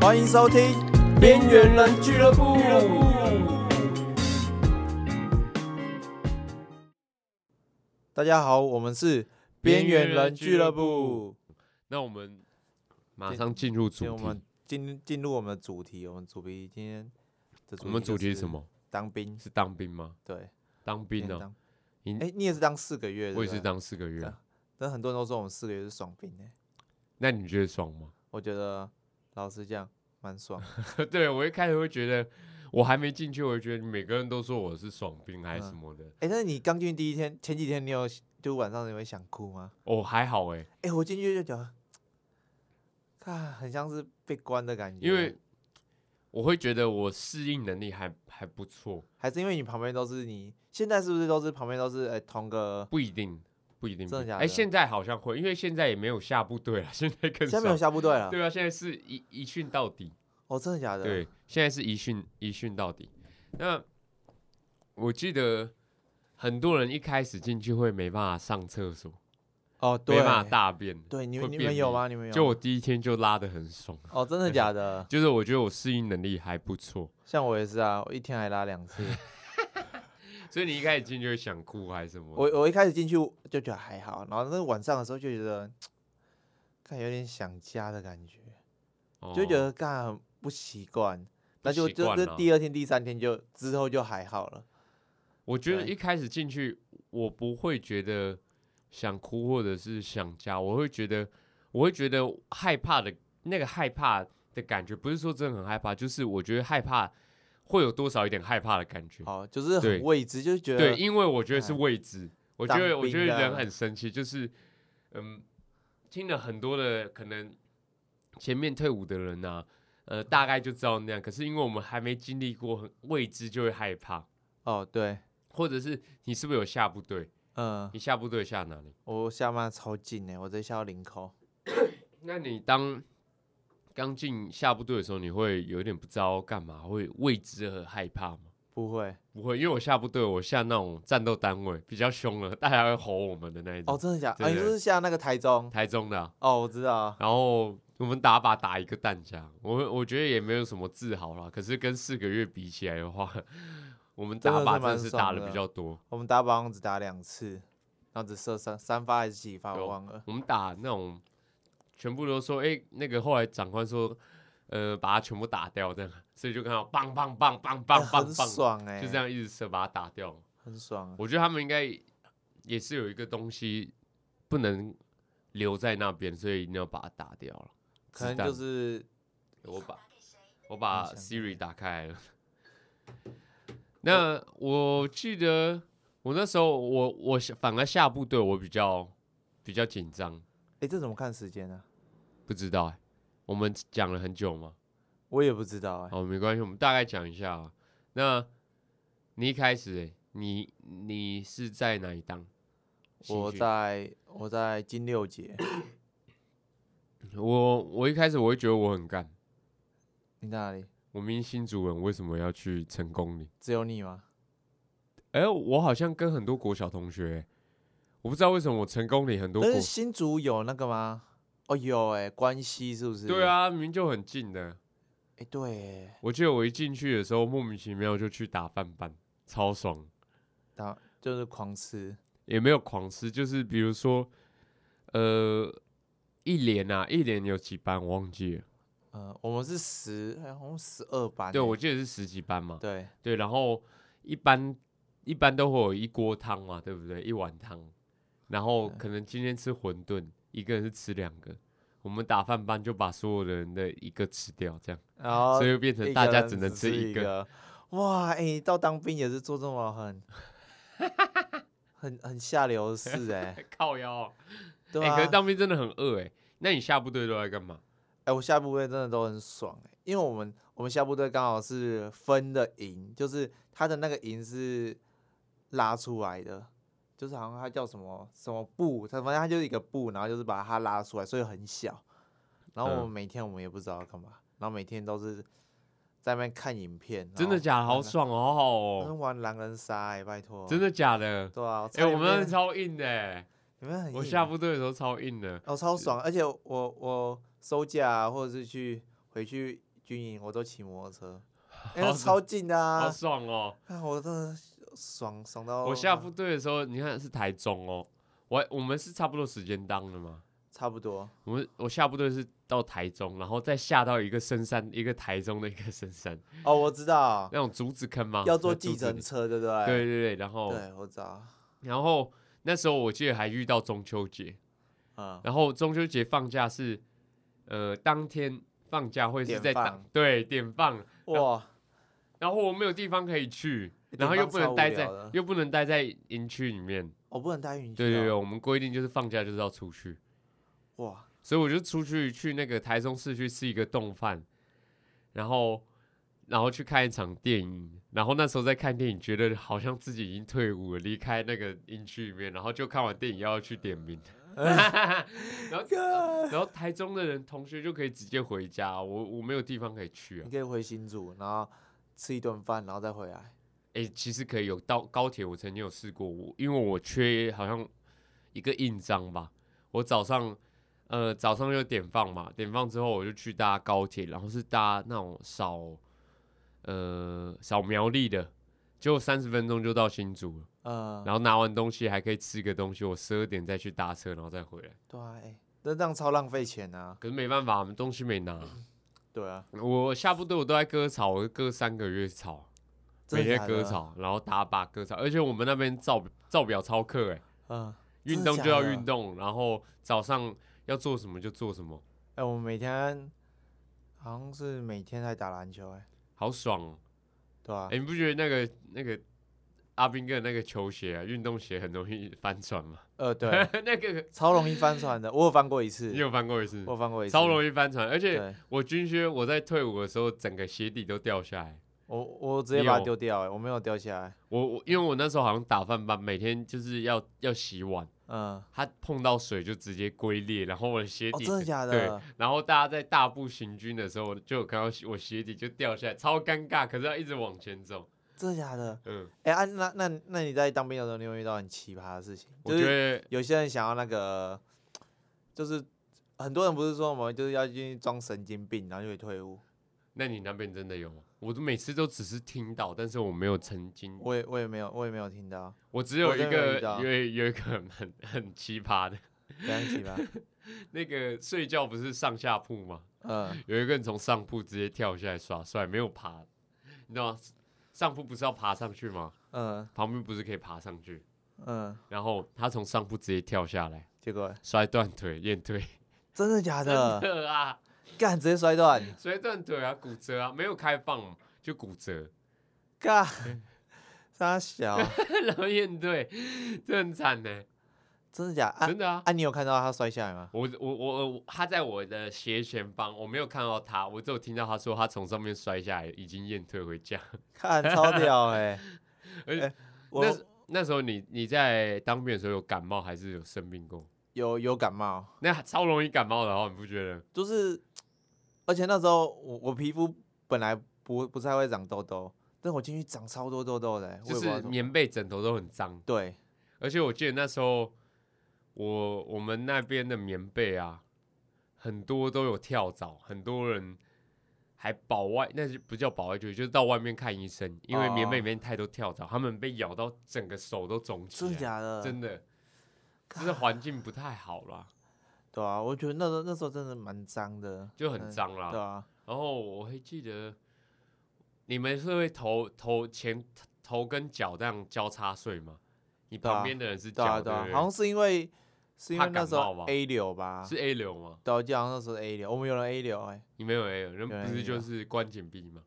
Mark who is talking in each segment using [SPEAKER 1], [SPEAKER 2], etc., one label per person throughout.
[SPEAKER 1] 欢迎收听《边缘人俱乐部》。大家好，我们是边缘人俱乐部。
[SPEAKER 2] 那我们马上进入主
[SPEAKER 1] 今天我们
[SPEAKER 2] 题，
[SPEAKER 1] 进进入我们的主题，我们主题今天的主题
[SPEAKER 2] 我们主题
[SPEAKER 1] 就是
[SPEAKER 2] 什？么？
[SPEAKER 1] 当兵。
[SPEAKER 2] 是当兵吗？
[SPEAKER 1] 对，
[SPEAKER 2] 当
[SPEAKER 1] 今
[SPEAKER 2] 兵
[SPEAKER 1] 天
[SPEAKER 2] 啊！
[SPEAKER 1] 当。
[SPEAKER 2] 你
[SPEAKER 1] 哎、你也是当四个月？
[SPEAKER 2] 我也
[SPEAKER 1] 对不
[SPEAKER 2] 是
[SPEAKER 1] 对。
[SPEAKER 2] 当四个
[SPEAKER 1] 对
[SPEAKER 2] 月
[SPEAKER 1] 啊，但很多人都说我们四个月是爽兵哎、
[SPEAKER 2] 那你觉得爽吗？
[SPEAKER 1] 我觉得老实讲蛮爽。
[SPEAKER 2] 对我一开始会觉得，我还没进去，我就觉得每个人都说我是爽兵还是
[SPEAKER 1] 嗯
[SPEAKER 2] 什么的，
[SPEAKER 1] 哎、但是你刚进去第一天，前几天你有就晚上你会想哭吗？
[SPEAKER 2] 哦还好哎，
[SPEAKER 1] 哎、我进去就觉得，看很像是被关的感觉，
[SPEAKER 2] 因为我会觉得我适应能力还还不错，
[SPEAKER 1] 还是因为你旁边都是你，现在是不是都是旁边都是哎、同个？
[SPEAKER 2] 不一定不一定。
[SPEAKER 1] 真的
[SPEAKER 2] 不一定
[SPEAKER 1] 假
[SPEAKER 2] 哎，
[SPEAKER 1] 的
[SPEAKER 2] 现在好像会，因为现在也没有下部队了，现在更
[SPEAKER 1] 现在没有
[SPEAKER 2] 爽。
[SPEAKER 1] 下部队了，
[SPEAKER 2] 对啊，现在是一一训到底。
[SPEAKER 1] 哦，真的假的？
[SPEAKER 2] 对，现在是一训一训到底。那我记得很多人一开始进去会没办法上厕所，
[SPEAKER 1] 哦，对，
[SPEAKER 2] 没办法大便。
[SPEAKER 1] 对，啊你
[SPEAKER 2] 会
[SPEAKER 1] 们你
[SPEAKER 2] 便
[SPEAKER 1] 们有
[SPEAKER 2] 秘
[SPEAKER 1] 吗？你们有？
[SPEAKER 2] 就我第一天就拉的很爽，
[SPEAKER 1] 哦，真的假的？
[SPEAKER 2] 就是我觉得我适应能力还不错，
[SPEAKER 1] 像我也是啊，我一天还拉两 次。
[SPEAKER 2] 所以你一开始进去会想哭还是什么？
[SPEAKER 1] 我我一开始进去就觉得还好，然后那晚上的时候就觉得，看有点想家的感觉，
[SPEAKER 2] 我
[SPEAKER 1] 就觉得干很不习惯。那就
[SPEAKER 2] 哦习
[SPEAKER 1] 就
[SPEAKER 2] 惯
[SPEAKER 1] 这
[SPEAKER 2] 啦
[SPEAKER 1] 第二天、第三天就之后就还好了。
[SPEAKER 2] 我觉得
[SPEAKER 1] 对
[SPEAKER 2] 一开始进去，我不会觉得想哭或者是想家，我会觉得，我会觉得害怕的那个害怕的感觉，不是说真的很害怕，就是我觉得害怕会有多少一点害怕的感觉。
[SPEAKER 1] 哦，就是
[SPEAKER 2] 对
[SPEAKER 1] 很未知，就是觉
[SPEAKER 2] 对，
[SPEAKER 1] 得
[SPEAKER 2] 因为我觉得是
[SPEAKER 1] 哎
[SPEAKER 2] 未知，我觉
[SPEAKER 1] 当
[SPEAKER 2] 得我觉得
[SPEAKER 1] 兵啊
[SPEAKER 2] 人很神奇，就是嗯，听了很多的可能前面退伍的人啊，呃，大概就知道那样，可是因为我们还没经历过很未知，就会害怕，
[SPEAKER 1] 哦，对，
[SPEAKER 2] 或者是你是不是有下部队？
[SPEAKER 1] 嗯，
[SPEAKER 2] 你下部队下哪里？
[SPEAKER 1] 我下班超近呢，我直接下到林口。
[SPEAKER 2] 那你当刚进下部队的时候，你会有点不知道干嘛，会未知和害怕吗？
[SPEAKER 1] 不会
[SPEAKER 2] 不会，因为我下部队，我下那种战斗单位比较凶了，大家会吼我们的那一种。
[SPEAKER 1] 哦，真的假的？
[SPEAKER 2] 真
[SPEAKER 1] 啊，你
[SPEAKER 2] 的
[SPEAKER 1] 就是下那个台中？
[SPEAKER 2] 台中的啊、
[SPEAKER 1] 哦，我知道啊。
[SPEAKER 2] 然后我们打靶打一个弹夹，我我觉得也没有什么自豪啦。可是跟四个月比起来的话， 我们
[SPEAKER 1] 真
[SPEAKER 2] 打
[SPEAKER 1] 的是
[SPEAKER 2] 靶真
[SPEAKER 1] 蛮
[SPEAKER 2] 的是打
[SPEAKER 1] 爽
[SPEAKER 2] 的
[SPEAKER 1] 的
[SPEAKER 2] 比较多。
[SPEAKER 1] 我们打靶好像只打两次，然后只射三三发还是几发，
[SPEAKER 2] 有
[SPEAKER 1] 我忘了。
[SPEAKER 2] 我们打那种全部都说，哎、那个后来长官说，呃，把它全部打掉这样，所以就看到棒棒棒棒棒
[SPEAKER 1] 哎
[SPEAKER 2] 棒
[SPEAKER 1] 很
[SPEAKER 2] 棒，
[SPEAKER 1] 爽哎，
[SPEAKER 2] 就这，样一直射把它打掉。
[SPEAKER 1] 很爽啊。
[SPEAKER 2] 我觉得他们应该也是有一个东西不能留在那边，所以一定要把它打掉了。
[SPEAKER 1] 可能
[SPEAKER 2] 子弹
[SPEAKER 1] 就是
[SPEAKER 2] 我把我把
[SPEAKER 1] 想
[SPEAKER 2] Siri 打开来了。那我记得我那时候我我下反而下部队我比较比较紧张，
[SPEAKER 1] 哎、这怎么看时间呢、
[SPEAKER 2] 不知道哎、我们讲了很久吗？
[SPEAKER 1] 我也不知道哎、
[SPEAKER 2] 哦，没关系，我们大概讲一下啊。那你一开始、欸、你你是在哪里当？
[SPEAKER 1] 我
[SPEAKER 2] 新
[SPEAKER 1] 在我在金六节，
[SPEAKER 2] 训我我一开始我会觉得我很干，
[SPEAKER 1] 你在哪里？
[SPEAKER 2] 我明明新主人为什么要去成功里？
[SPEAKER 1] 只有你吗？
[SPEAKER 2] 哎、我好像跟很多国小同学欸、我不知道为什么我成功里很多
[SPEAKER 1] 但
[SPEAKER 2] 国
[SPEAKER 1] 是新竹有那个吗？哦，有哎、关西是不是？
[SPEAKER 2] 对，啊，明明就很近的。
[SPEAKER 1] 哎、对欸，
[SPEAKER 2] 我记得我一进去的时候，莫名其妙就去打饭班，超爽，
[SPEAKER 1] 打就是狂吃，
[SPEAKER 2] 也没有狂吃，就是比如说，呃，一连啊，一连有几班我忘记了，
[SPEAKER 1] 嗯、我们是十，哎好像十二班欸、
[SPEAKER 2] 对我记得是十几班嘛，
[SPEAKER 1] 对，
[SPEAKER 2] 对，然后一般一般都会有一锅汤嘛，对不对？一碗汤，然后
[SPEAKER 1] 嗯
[SPEAKER 2] 可能今天吃馄饨，一个人是吃两个。我们打饭班就把所有的人的一个吃掉，这样，
[SPEAKER 1] 然后
[SPEAKER 2] 所以就变成
[SPEAKER 1] 哦一
[SPEAKER 2] 大
[SPEAKER 1] 个
[SPEAKER 2] 家
[SPEAKER 1] 人
[SPEAKER 2] 只能吃
[SPEAKER 1] 吃
[SPEAKER 2] 一
[SPEAKER 1] 一
[SPEAKER 2] 个。
[SPEAKER 1] 个。哇，哎、到当兵也是做这么很很很下流的事哎、
[SPEAKER 2] 靠腰哦，
[SPEAKER 1] 对
[SPEAKER 2] 欸
[SPEAKER 1] 啊。
[SPEAKER 2] 可是当兵真的很饿哎、那你下部队都在干嘛？
[SPEAKER 1] 哎、我下部队真的都很爽哎、因为我们我们下部队刚好是分的营，就是它的那个营是拉出来的，就是好像它叫什么什么布，它反正它就是一个布，然后就是把它拉出来，所以很小。然后我们
[SPEAKER 2] 嗯
[SPEAKER 1] 每天我们也不知道要干嘛，然后每天都是在那边看影片，
[SPEAKER 2] 真的假的？好
[SPEAKER 1] 爽，
[SPEAKER 2] 爽哦，好好
[SPEAKER 1] 跟
[SPEAKER 2] 哦，
[SPEAKER 1] 玩狼人杀哎、拜托，
[SPEAKER 2] 真
[SPEAKER 1] 的
[SPEAKER 2] 的假的？
[SPEAKER 1] 对啊，
[SPEAKER 2] 哎、
[SPEAKER 1] 哎、
[SPEAKER 2] 我们那是超硬的、欸，
[SPEAKER 1] 你们很
[SPEAKER 2] 我
[SPEAKER 1] 硬
[SPEAKER 2] 下
[SPEAKER 1] 欸
[SPEAKER 2] 部队的时候超硬的。
[SPEAKER 1] 哦，超爽！而且我我收假啊、或者是去回去军营，我都骑摩托 车，哎、
[SPEAKER 2] 好
[SPEAKER 1] 那超近的
[SPEAKER 2] 好
[SPEAKER 1] 啊！哦
[SPEAKER 2] 爽哦！
[SPEAKER 1] 啊，我真的爽爽到
[SPEAKER 2] 我下部队的时候，你看是台中哦，我我们是差不多时间当的嘛。
[SPEAKER 1] 差不多，
[SPEAKER 2] 我们我下部队是到台中，然后再下到一个深山，一个台中的一个深山，
[SPEAKER 1] 哦，我知 道，
[SPEAKER 2] 那种竹子坑吗？
[SPEAKER 1] 要坐
[SPEAKER 2] 竹
[SPEAKER 1] 计
[SPEAKER 2] 子
[SPEAKER 1] 程
[SPEAKER 2] 里
[SPEAKER 1] 车，对不对？
[SPEAKER 2] 对哦对对，然后
[SPEAKER 1] 对，我知 道，
[SPEAKER 2] 然后那时候我记得还遇到中秋节，
[SPEAKER 1] 嗯，
[SPEAKER 2] 然后中秋节放假是，呃，当天放假会是
[SPEAKER 1] 点
[SPEAKER 2] 在
[SPEAKER 1] 放
[SPEAKER 2] 党对点放，
[SPEAKER 1] 哇，
[SPEAKER 2] 然后我没有地方可以去，
[SPEAKER 1] 点
[SPEAKER 2] 然后又
[SPEAKER 1] 放
[SPEAKER 2] 不
[SPEAKER 1] 超
[SPEAKER 2] 能
[SPEAKER 1] 无
[SPEAKER 2] 待在
[SPEAKER 1] 聊的
[SPEAKER 2] 又不能待在营区里面，
[SPEAKER 1] 我哦不能带运气，啊
[SPEAKER 2] 对对对，，我们规定就是放假就是要出去，
[SPEAKER 1] 哇，
[SPEAKER 2] 所以我就出去去那个台中市区吃一个冻饭，然后然后去看一场电影，然后那时候在看电影，觉得好像自己已经退伍了，离开那个营区里面，然后就看完电影要去 点名，然后然后台中的人同学就可以直接回家，我我没有地方可以去啊
[SPEAKER 1] 你。可以回新竹，然后吃一顿饭，然后再回来，
[SPEAKER 2] 诶，其实可以有到高铁，我曾经有试过，我因为我缺好像一个印章吧，我早上呃早上就点放嘛，点放之后我就去搭高铁，然后是搭那种扫呃扫苗栗的，结果三十分钟就到新竹了，
[SPEAKER 1] 嗯，
[SPEAKER 2] 然后拿完东西还可以吃个东西，我十二点再去搭车，然后再回来，
[SPEAKER 1] 对啊，哎，那这样超浪费钱啊，
[SPEAKER 2] 可是没办法，我们东西没拿，
[SPEAKER 1] 对啊，
[SPEAKER 2] 我下部队我都在割草，我割三个月草。
[SPEAKER 1] 真
[SPEAKER 2] 每
[SPEAKER 1] 的
[SPEAKER 2] 天
[SPEAKER 1] 假
[SPEAKER 2] 割
[SPEAKER 1] 的，
[SPEAKER 2] 草，然后打靶割草，而且我们那边造造表超课哎、
[SPEAKER 1] 嗯，真
[SPEAKER 2] 运
[SPEAKER 1] 的
[SPEAKER 2] 动
[SPEAKER 1] 假
[SPEAKER 2] 就要
[SPEAKER 1] 的
[SPEAKER 2] 运动，然后早上要做什么就做什么，
[SPEAKER 1] 哎，我们每天好像是每天在打篮球，哎，
[SPEAKER 2] 好爽哦、
[SPEAKER 1] 对啊
[SPEAKER 2] 哎、，你不觉得那个那个阿兵哥的那个球鞋啊，运动鞋很容易翻船吗？
[SPEAKER 1] 呃，对，
[SPEAKER 2] 那个
[SPEAKER 1] 超容易翻船的，我有翻过一次
[SPEAKER 2] 你，有翻过一次
[SPEAKER 1] 我，有翻过一次，
[SPEAKER 2] 超
[SPEAKER 1] 易，
[SPEAKER 2] 容易翻船，而且
[SPEAKER 1] 对。
[SPEAKER 2] 我军靴我在退伍的时候，整个鞋底都掉下来。
[SPEAKER 1] 我我直接
[SPEAKER 2] 你
[SPEAKER 1] 把它
[SPEAKER 2] 有
[SPEAKER 1] 丢掉、欸，我没有掉下来。
[SPEAKER 2] 我我因为我那时候好像打饭班，每天就是要要洗碗，
[SPEAKER 1] 嗯，
[SPEAKER 2] 它碰到水就直接龟裂，然后我的鞋
[SPEAKER 1] 哦，
[SPEAKER 2] 底、
[SPEAKER 1] 真的假
[SPEAKER 2] 对
[SPEAKER 1] 的？
[SPEAKER 2] 然后大家在大步行军的时候，就有看到我鞋底就掉下来，超尴尬，可是要一直往前走。
[SPEAKER 1] 真的假的？
[SPEAKER 2] 嗯，
[SPEAKER 1] 哎、啊，那那那你在当兵的时候，你有遇到很奇葩的事情？
[SPEAKER 2] 我
[SPEAKER 1] 就
[SPEAKER 2] 觉
[SPEAKER 1] 是
[SPEAKER 2] 得
[SPEAKER 1] 有些人想要那个，就是很多人不是说我们就是要进去装神经病，然后就可以退伍。
[SPEAKER 2] 那你那边真的有吗？我都每次都只是听到，但是我没有曾经，
[SPEAKER 1] 我也我也没有我也没有听到，
[SPEAKER 2] 我只有
[SPEAKER 1] 我
[SPEAKER 2] 一
[SPEAKER 1] 真的没有
[SPEAKER 2] 个
[SPEAKER 1] 遇到
[SPEAKER 2] 有有一个很很很奇葩的，
[SPEAKER 1] 怎样奇 葩？
[SPEAKER 2] 那个睡觉不是上下铺吗？
[SPEAKER 1] 嗯，
[SPEAKER 2] 有一个人从上铺直接跳下来耍帅，没有爬，你知道吗？上铺不是要爬上去吗？
[SPEAKER 1] 嗯
[SPEAKER 2] 旁边不是可以爬上去？
[SPEAKER 1] 嗯，
[SPEAKER 2] 然后他从上铺直接跳下来，
[SPEAKER 1] 结果
[SPEAKER 2] 摔断腿、验腿，
[SPEAKER 1] 真的假
[SPEAKER 2] 真
[SPEAKER 1] 的？
[SPEAKER 2] 的啊！
[SPEAKER 1] 干直接摔断，
[SPEAKER 2] 摔断腿啊，骨折啊，没有开放就骨折，
[SPEAKER 1] 干，
[SPEAKER 2] 嗯
[SPEAKER 1] 傻小，
[SPEAKER 2] 然后验队，这很惨呢、
[SPEAKER 1] 真的假啊
[SPEAKER 2] 真的啊。
[SPEAKER 1] 啊！你有看到他摔下来吗？
[SPEAKER 2] 我我我我，他在我的斜前方，我没有看到他，我只有听到他说他从上面摔下来，已经验退回家。
[SPEAKER 1] 看超屌哎、
[SPEAKER 2] 而且
[SPEAKER 1] 哎我
[SPEAKER 2] 那时那时候你你在当兵的时候有感冒还是有生病过？
[SPEAKER 1] 有有感冒。
[SPEAKER 2] 那超容易感冒的哦，你不觉得？
[SPEAKER 1] 就是，而且那时候我我皮肤本来不不太会长痘痘，但我进去长超多痘痘的、欸，我也
[SPEAKER 2] 就
[SPEAKER 1] 不知道
[SPEAKER 2] 是
[SPEAKER 1] 怎么
[SPEAKER 2] 棉被、枕头都很脏，
[SPEAKER 1] 对，
[SPEAKER 2] 而且我记得那时候我我们那边的棉被啊，很多都有跳蚤，很多人还保外，那是不叫保外就就是到外面看医生，因为
[SPEAKER 1] 啊
[SPEAKER 2] 棉被里面太多跳蚤，他们被咬到整个手都肿起
[SPEAKER 1] 真
[SPEAKER 2] 来，
[SPEAKER 1] 的假的？
[SPEAKER 2] 真的，就是环境不太好啦，
[SPEAKER 1] 对啊，我觉得那时候那时候真的蛮脏的，
[SPEAKER 2] 就很脏啦。
[SPEAKER 1] 对啊，
[SPEAKER 2] 然后我会记得你们是会头头前头跟脚这样交叉睡吗？你
[SPEAKER 1] 对啊
[SPEAKER 2] 旁边的人是
[SPEAKER 1] 对啊
[SPEAKER 2] 脚，
[SPEAKER 1] 对啊
[SPEAKER 2] 不，
[SPEAKER 1] 好像是因为是因
[SPEAKER 2] 怕
[SPEAKER 1] 为那
[SPEAKER 2] 感
[SPEAKER 1] 时
[SPEAKER 2] 冒
[SPEAKER 1] 候
[SPEAKER 2] 吧
[SPEAKER 1] A 流吧，
[SPEAKER 2] 是 A 流吗？
[SPEAKER 1] 对啊，我记得好像那时候是 A 流，我们有人 A 流哎、欸，
[SPEAKER 2] 你没有 A 有，人
[SPEAKER 1] 有
[SPEAKER 2] 不是
[SPEAKER 1] A
[SPEAKER 2] 就
[SPEAKER 1] 有
[SPEAKER 2] 是关紧闭吗？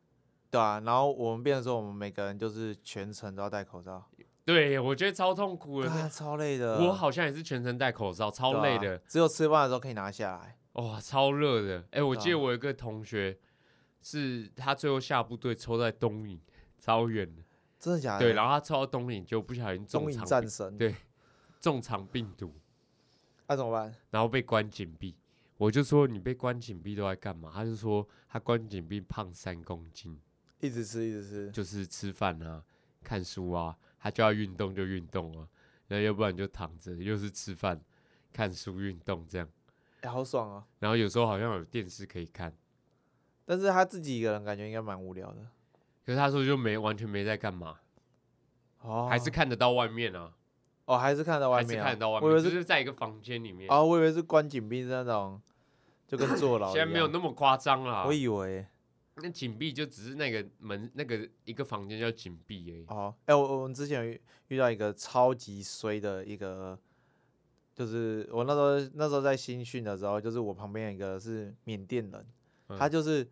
[SPEAKER 1] 对啊，然后我们变成说我们每个人就是全程都要戴口罩，
[SPEAKER 2] 对，我觉得超痛苦
[SPEAKER 1] 啊，
[SPEAKER 2] 的。
[SPEAKER 1] 超累的，
[SPEAKER 2] 我好像也是全程戴口罩，
[SPEAKER 1] 对
[SPEAKER 2] 超累
[SPEAKER 1] 啊
[SPEAKER 2] 的，
[SPEAKER 1] 只有吃饭的时候可以拿下来，
[SPEAKER 2] 哇、超热的。哎、我
[SPEAKER 1] 对啊
[SPEAKER 2] 记得我有一个同学，是他最后下部队抽在东岭，超远的。
[SPEAKER 1] 真的假的？
[SPEAKER 2] 对，然后他抽到东岭，就不小心中
[SPEAKER 1] 中影
[SPEAKER 2] 肠
[SPEAKER 1] 战
[SPEAKER 2] 病
[SPEAKER 1] 神，
[SPEAKER 2] 对中肠病毒，
[SPEAKER 1] 那、怎么办？
[SPEAKER 2] 然后被关紧闭。我就说你被关紧闭都在干嘛？他就说他关紧闭胖三公斤，
[SPEAKER 1] 一直吃，一直吃，
[SPEAKER 2] 就是吃饭啊、看书啊，他就要运动就运动啊，然后要不然就躺着，又是吃饭、看书、运动这样。
[SPEAKER 1] 哎、好爽啊！
[SPEAKER 2] 然后有时候好像有电视可以看，
[SPEAKER 1] 但是他自己一个人感觉应该蛮无聊的。
[SPEAKER 2] 可是他说就没完全没在干嘛，
[SPEAKER 1] 哦，
[SPEAKER 2] 还是看得到外面啊，
[SPEAKER 1] 哦，还是看得到外
[SPEAKER 2] 还是
[SPEAKER 1] 面啊、
[SPEAKER 2] 看得到外
[SPEAKER 1] 我以
[SPEAKER 2] 面，
[SPEAKER 1] 为
[SPEAKER 2] 就是是在一个房间里面。
[SPEAKER 1] 哦，我以为是关紧闭那种，就跟坐牢一
[SPEAKER 2] 现在
[SPEAKER 1] 样。
[SPEAKER 2] 没有那么夸张啦
[SPEAKER 1] 哦我，以为
[SPEAKER 2] 那紧闭就只是那个门那个一个房间叫紧闭而已。
[SPEAKER 1] 哦，哎、我我们之前有遇遇到一个超级衰的一个，就是我那时候那时候在新训的时候，就是我旁边有一个是缅甸人，他
[SPEAKER 2] 嗯
[SPEAKER 1] 就是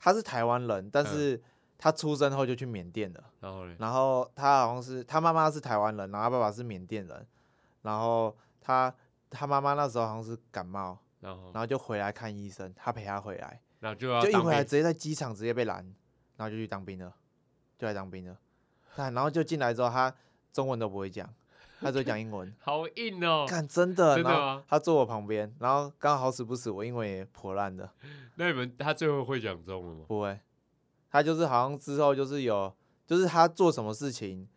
[SPEAKER 1] 他是台湾人，但
[SPEAKER 2] 嗯
[SPEAKER 1] 是他出生后就去缅甸了。
[SPEAKER 2] 然后嘞，
[SPEAKER 1] 然后他好像是他妈妈是台湾人，然后他爸爸是缅甸人，然后他他妈妈那时候好像是感冒，
[SPEAKER 2] 然后
[SPEAKER 1] 然后就回来看医生，他陪他回来，
[SPEAKER 2] 然后就要
[SPEAKER 1] 就一
[SPEAKER 2] 当
[SPEAKER 1] 回来
[SPEAKER 2] 兵。
[SPEAKER 1] 直接在机场直接被拦，然后就去当兵了，就来当兵了。看，然后就进来之后，他中文都不会讲，他只会讲英文
[SPEAKER 2] 好硬 哦。
[SPEAKER 1] 看，真的，
[SPEAKER 2] 真的
[SPEAKER 1] 然后
[SPEAKER 2] 吗
[SPEAKER 1] 他坐我旁边，然后刚好死不死，我英文也破烂的，
[SPEAKER 2] 那你们他最后会讲中文吗？
[SPEAKER 1] 不会，他就是好像之后就是有，就是他做什么事情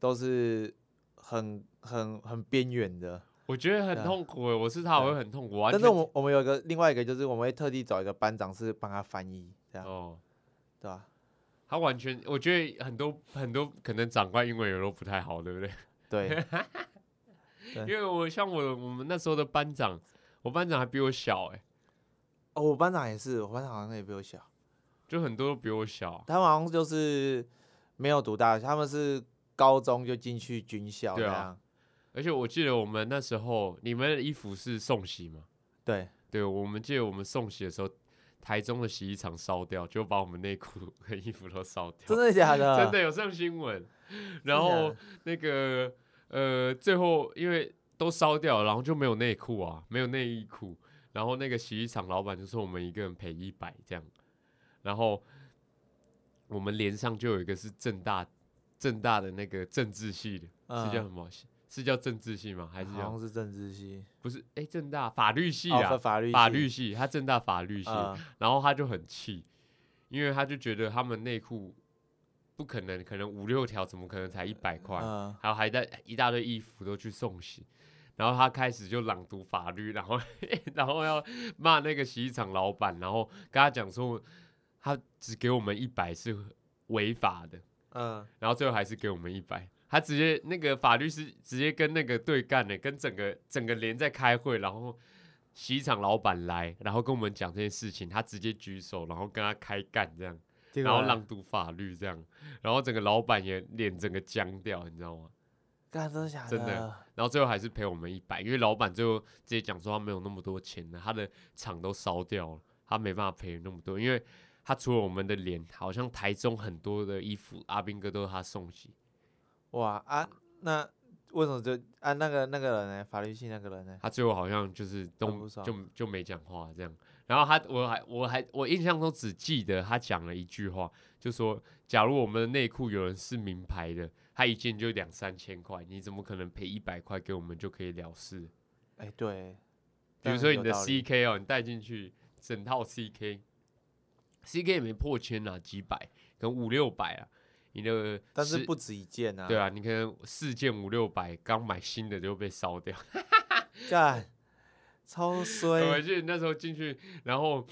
[SPEAKER 1] 都是很很很边缘的。
[SPEAKER 2] 我觉得很
[SPEAKER 1] 对啊
[SPEAKER 2] 痛苦哎，我是他我
[SPEAKER 1] 对
[SPEAKER 2] 会很痛苦，完
[SPEAKER 1] 但
[SPEAKER 2] 全
[SPEAKER 1] 是我们我们有一个另外一个就是我们会特地找一个班长是帮他翻译，这样、
[SPEAKER 2] 哦，
[SPEAKER 1] 对吧？
[SPEAKER 2] 他完全我觉得很多很多可能长官英文有时候不太好，对不对？
[SPEAKER 1] 对
[SPEAKER 2] 因
[SPEAKER 1] 对
[SPEAKER 2] 为我像我我们那时候的班长，我班长还比我小哎，
[SPEAKER 1] 哦，我班长也是，我班长好像也比我小，
[SPEAKER 2] 就很多都比我小。啊
[SPEAKER 1] 他们好像就是没有读大学，他们是高中就进去军校这
[SPEAKER 2] 对啊
[SPEAKER 1] 样，
[SPEAKER 2] 而且我记得我们那时候你们的衣服是送洗吗？
[SPEAKER 1] 对,、
[SPEAKER 2] 对，我们记得我们送洗的时候，台中的洗衣厂烧掉，就把我们内裤 和衣服都烧掉，
[SPEAKER 1] 真的假的？
[SPEAKER 2] 真的有上新闻。
[SPEAKER 1] 真的假
[SPEAKER 2] 然
[SPEAKER 1] 啊
[SPEAKER 2] 后
[SPEAKER 1] 的
[SPEAKER 2] 那个呃，最后因为都烧掉，然后就没有内裤啊，没有内衣裤。然后那个洗衣厂老板就说我们一个人赔一百这样，然后我们连上就有一个是正大正大的那个政治系的，
[SPEAKER 1] 嗯
[SPEAKER 2] 是叫什么？是叫政治系吗？还是
[SPEAKER 1] 好
[SPEAKER 2] 叫
[SPEAKER 1] 像是政治系，
[SPEAKER 2] 不是？哎，正大法律系
[SPEAKER 1] 哦
[SPEAKER 2] 啊，
[SPEAKER 1] 法法律
[SPEAKER 2] 法
[SPEAKER 1] 系
[SPEAKER 2] 律系，他正大法律系，
[SPEAKER 1] 嗯
[SPEAKER 2] 然后他就很气，因为他就觉得他们内裤不可能，可能五六条，怎么可能才一百块？
[SPEAKER 1] 嗯
[SPEAKER 2] 还有还带一大堆衣服都去送洗，然后他开始就朗读法律，然后 然后要骂那个洗衣厂老板，然后跟他讲说，他只给我们一百是违法的，
[SPEAKER 1] 嗯，
[SPEAKER 2] 然后最后还是给我们一百。他直接那个法律是直接跟那个对干的，跟整个整个连在开会，然后洗衣厂老板来，然后跟我们讲这件事情，他直接举手，然后跟他开干这样，
[SPEAKER 1] 结
[SPEAKER 2] 然后
[SPEAKER 1] 果呢
[SPEAKER 2] 朗读法律这样，然后整个老板也脸整个僵掉，你知道吗？
[SPEAKER 1] 干真的假
[SPEAKER 2] 真的然后最后还是赔我们一百，因为老板最后直接讲说他没有那么多钱了，他的厂都烧掉了，他没办法赔那么多，因为他除了我们的脸，好像台中很多的衣服阿兵哥都是他送洗。
[SPEAKER 1] 哇啊！那为什么就啊那个那个人呢？法律系那个人呢？
[SPEAKER 2] 他最后好像就是都
[SPEAKER 1] 不爽
[SPEAKER 2] 就就没讲话这样。然后他我还我还我印象中只记得他讲了一句话，就说假如我们的内裤有人是名牌的，他一件就两三千块，你怎么可能赔一百块给我们就可以了事？
[SPEAKER 1] 哎、对，这
[SPEAKER 2] 比如
[SPEAKER 1] 样
[SPEAKER 2] 说
[SPEAKER 1] 很
[SPEAKER 2] 你
[SPEAKER 1] 有
[SPEAKER 2] 的
[SPEAKER 1] 道理
[SPEAKER 2] CK 哦，你带进去整套 CK，CK 也没破千啊，几百，可能五六百啊。你的
[SPEAKER 1] 但是
[SPEAKER 2] 十
[SPEAKER 1] 不止一件啊。
[SPEAKER 2] 对啊，你可能四件五六百，刚买新的就被烧掉。
[SPEAKER 1] 干，超
[SPEAKER 2] 我
[SPEAKER 1] 衰！
[SPEAKER 2] 记得那时候进去，然后